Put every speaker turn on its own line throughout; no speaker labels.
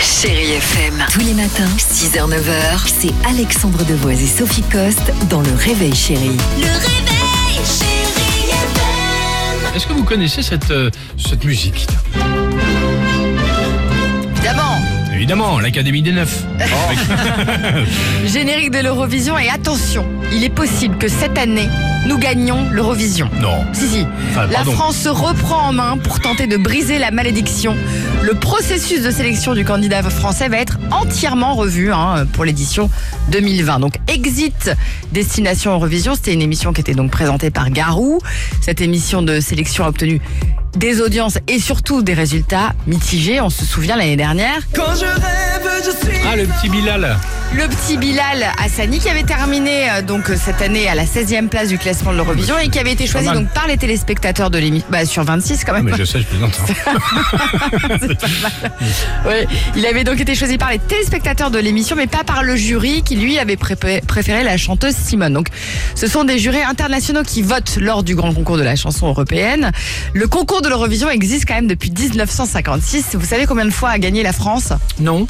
Chérie FM.
Tous les matins, 6h, 9h, c'est Alexandre Devoise et Sophie Coste dans Le Réveil Chéri.
Le réveil, chérie FM.
Est-ce que vous connaissez cette, euh, cette musique
D'abord,
Évidemment, l'Académie des Neufs.
générique de l'Eurovision et attention, il est possible que cette année, nous gagnions l'Eurovision.
Non.
Si, si.
Enfin,
la
Ah, pardon.
France se reprend en main pour tenter de briser la malédiction. Le processus de sélection du candidat français va être entièrement revu hein, pour l'édition 2020. Donc, Exit Destination Eurovision, c'était une émission qui était donc présentée par Garou. Cette émission de sélection a obtenu des audiences et surtout des résultats mitigés. On se souvient l'année dernière.
Ah, le petit Bilal.
Le petit Bilal Hassani qui avait terminé euh, donc euh, cette année à la 16e place du classement de l'Eurovision et qui avait été
c'est
choisi
pas mal.
donc par les téléspectateurs de l'émission bah, sur 26 quand
Ah,
même.
mais je sais, je plaisante. hein.
Ouais. Il avait donc été choisi par les téléspectateurs de l'émission mais pas par le jury qui lui avait prépé- préféré la chanteuse Simone. Donc ce sont des jurés internationaux qui votent lors du grand concours de la chanson européenne. Le concours de l'Eurovision existe quand même depuis 1956. Vous savez combien de fois a gagné la France
Non.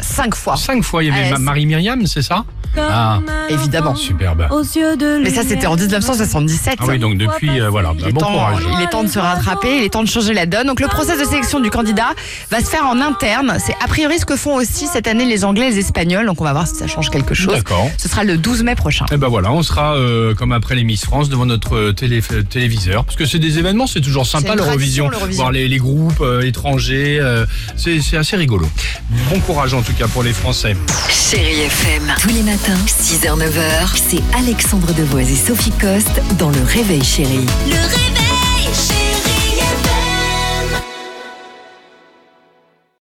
Cinq fois.
Cinq fois, il y avait
Ah,
Ma-
c'est-
Marie-Myriam, c'est ça Ah,
Évidemment.
superbe.
Oh,
Aux yeux de
Mais ça c'était en 1977.
Ah oui, donc depuis, euh, voilà,
Il est,
bon
temps,
courage.
il est temps de se rattraper, il est temps de changer la donne. Donc le process de sélection du candidat va se faire en interne. C'est a priori ce que font aussi cette année les Anglais et les Espagnols. Donc on va voir si ça change quelque chose.
D'accord.
Ce sera le 12 mai prochain.
Et ben voilà, on sera euh, comme après les Miss France devant notre euh, télé- euh, téléviseur. Parce que c'est des événements, c'est toujours
C'est
sympa
une tradition,
l'Eurovision.
l'Eurovision.
Voir les, les groupes euh, étrangers, euh, c'est c'est assez rigolo. Bon courage en tout cas pour les Français.
Chérie FM.
Tous les matins, 6h, 9h, c'est Alexandre Devoise et Sophie Coste dans Le Réveil Chéri.
Le réveil, chérie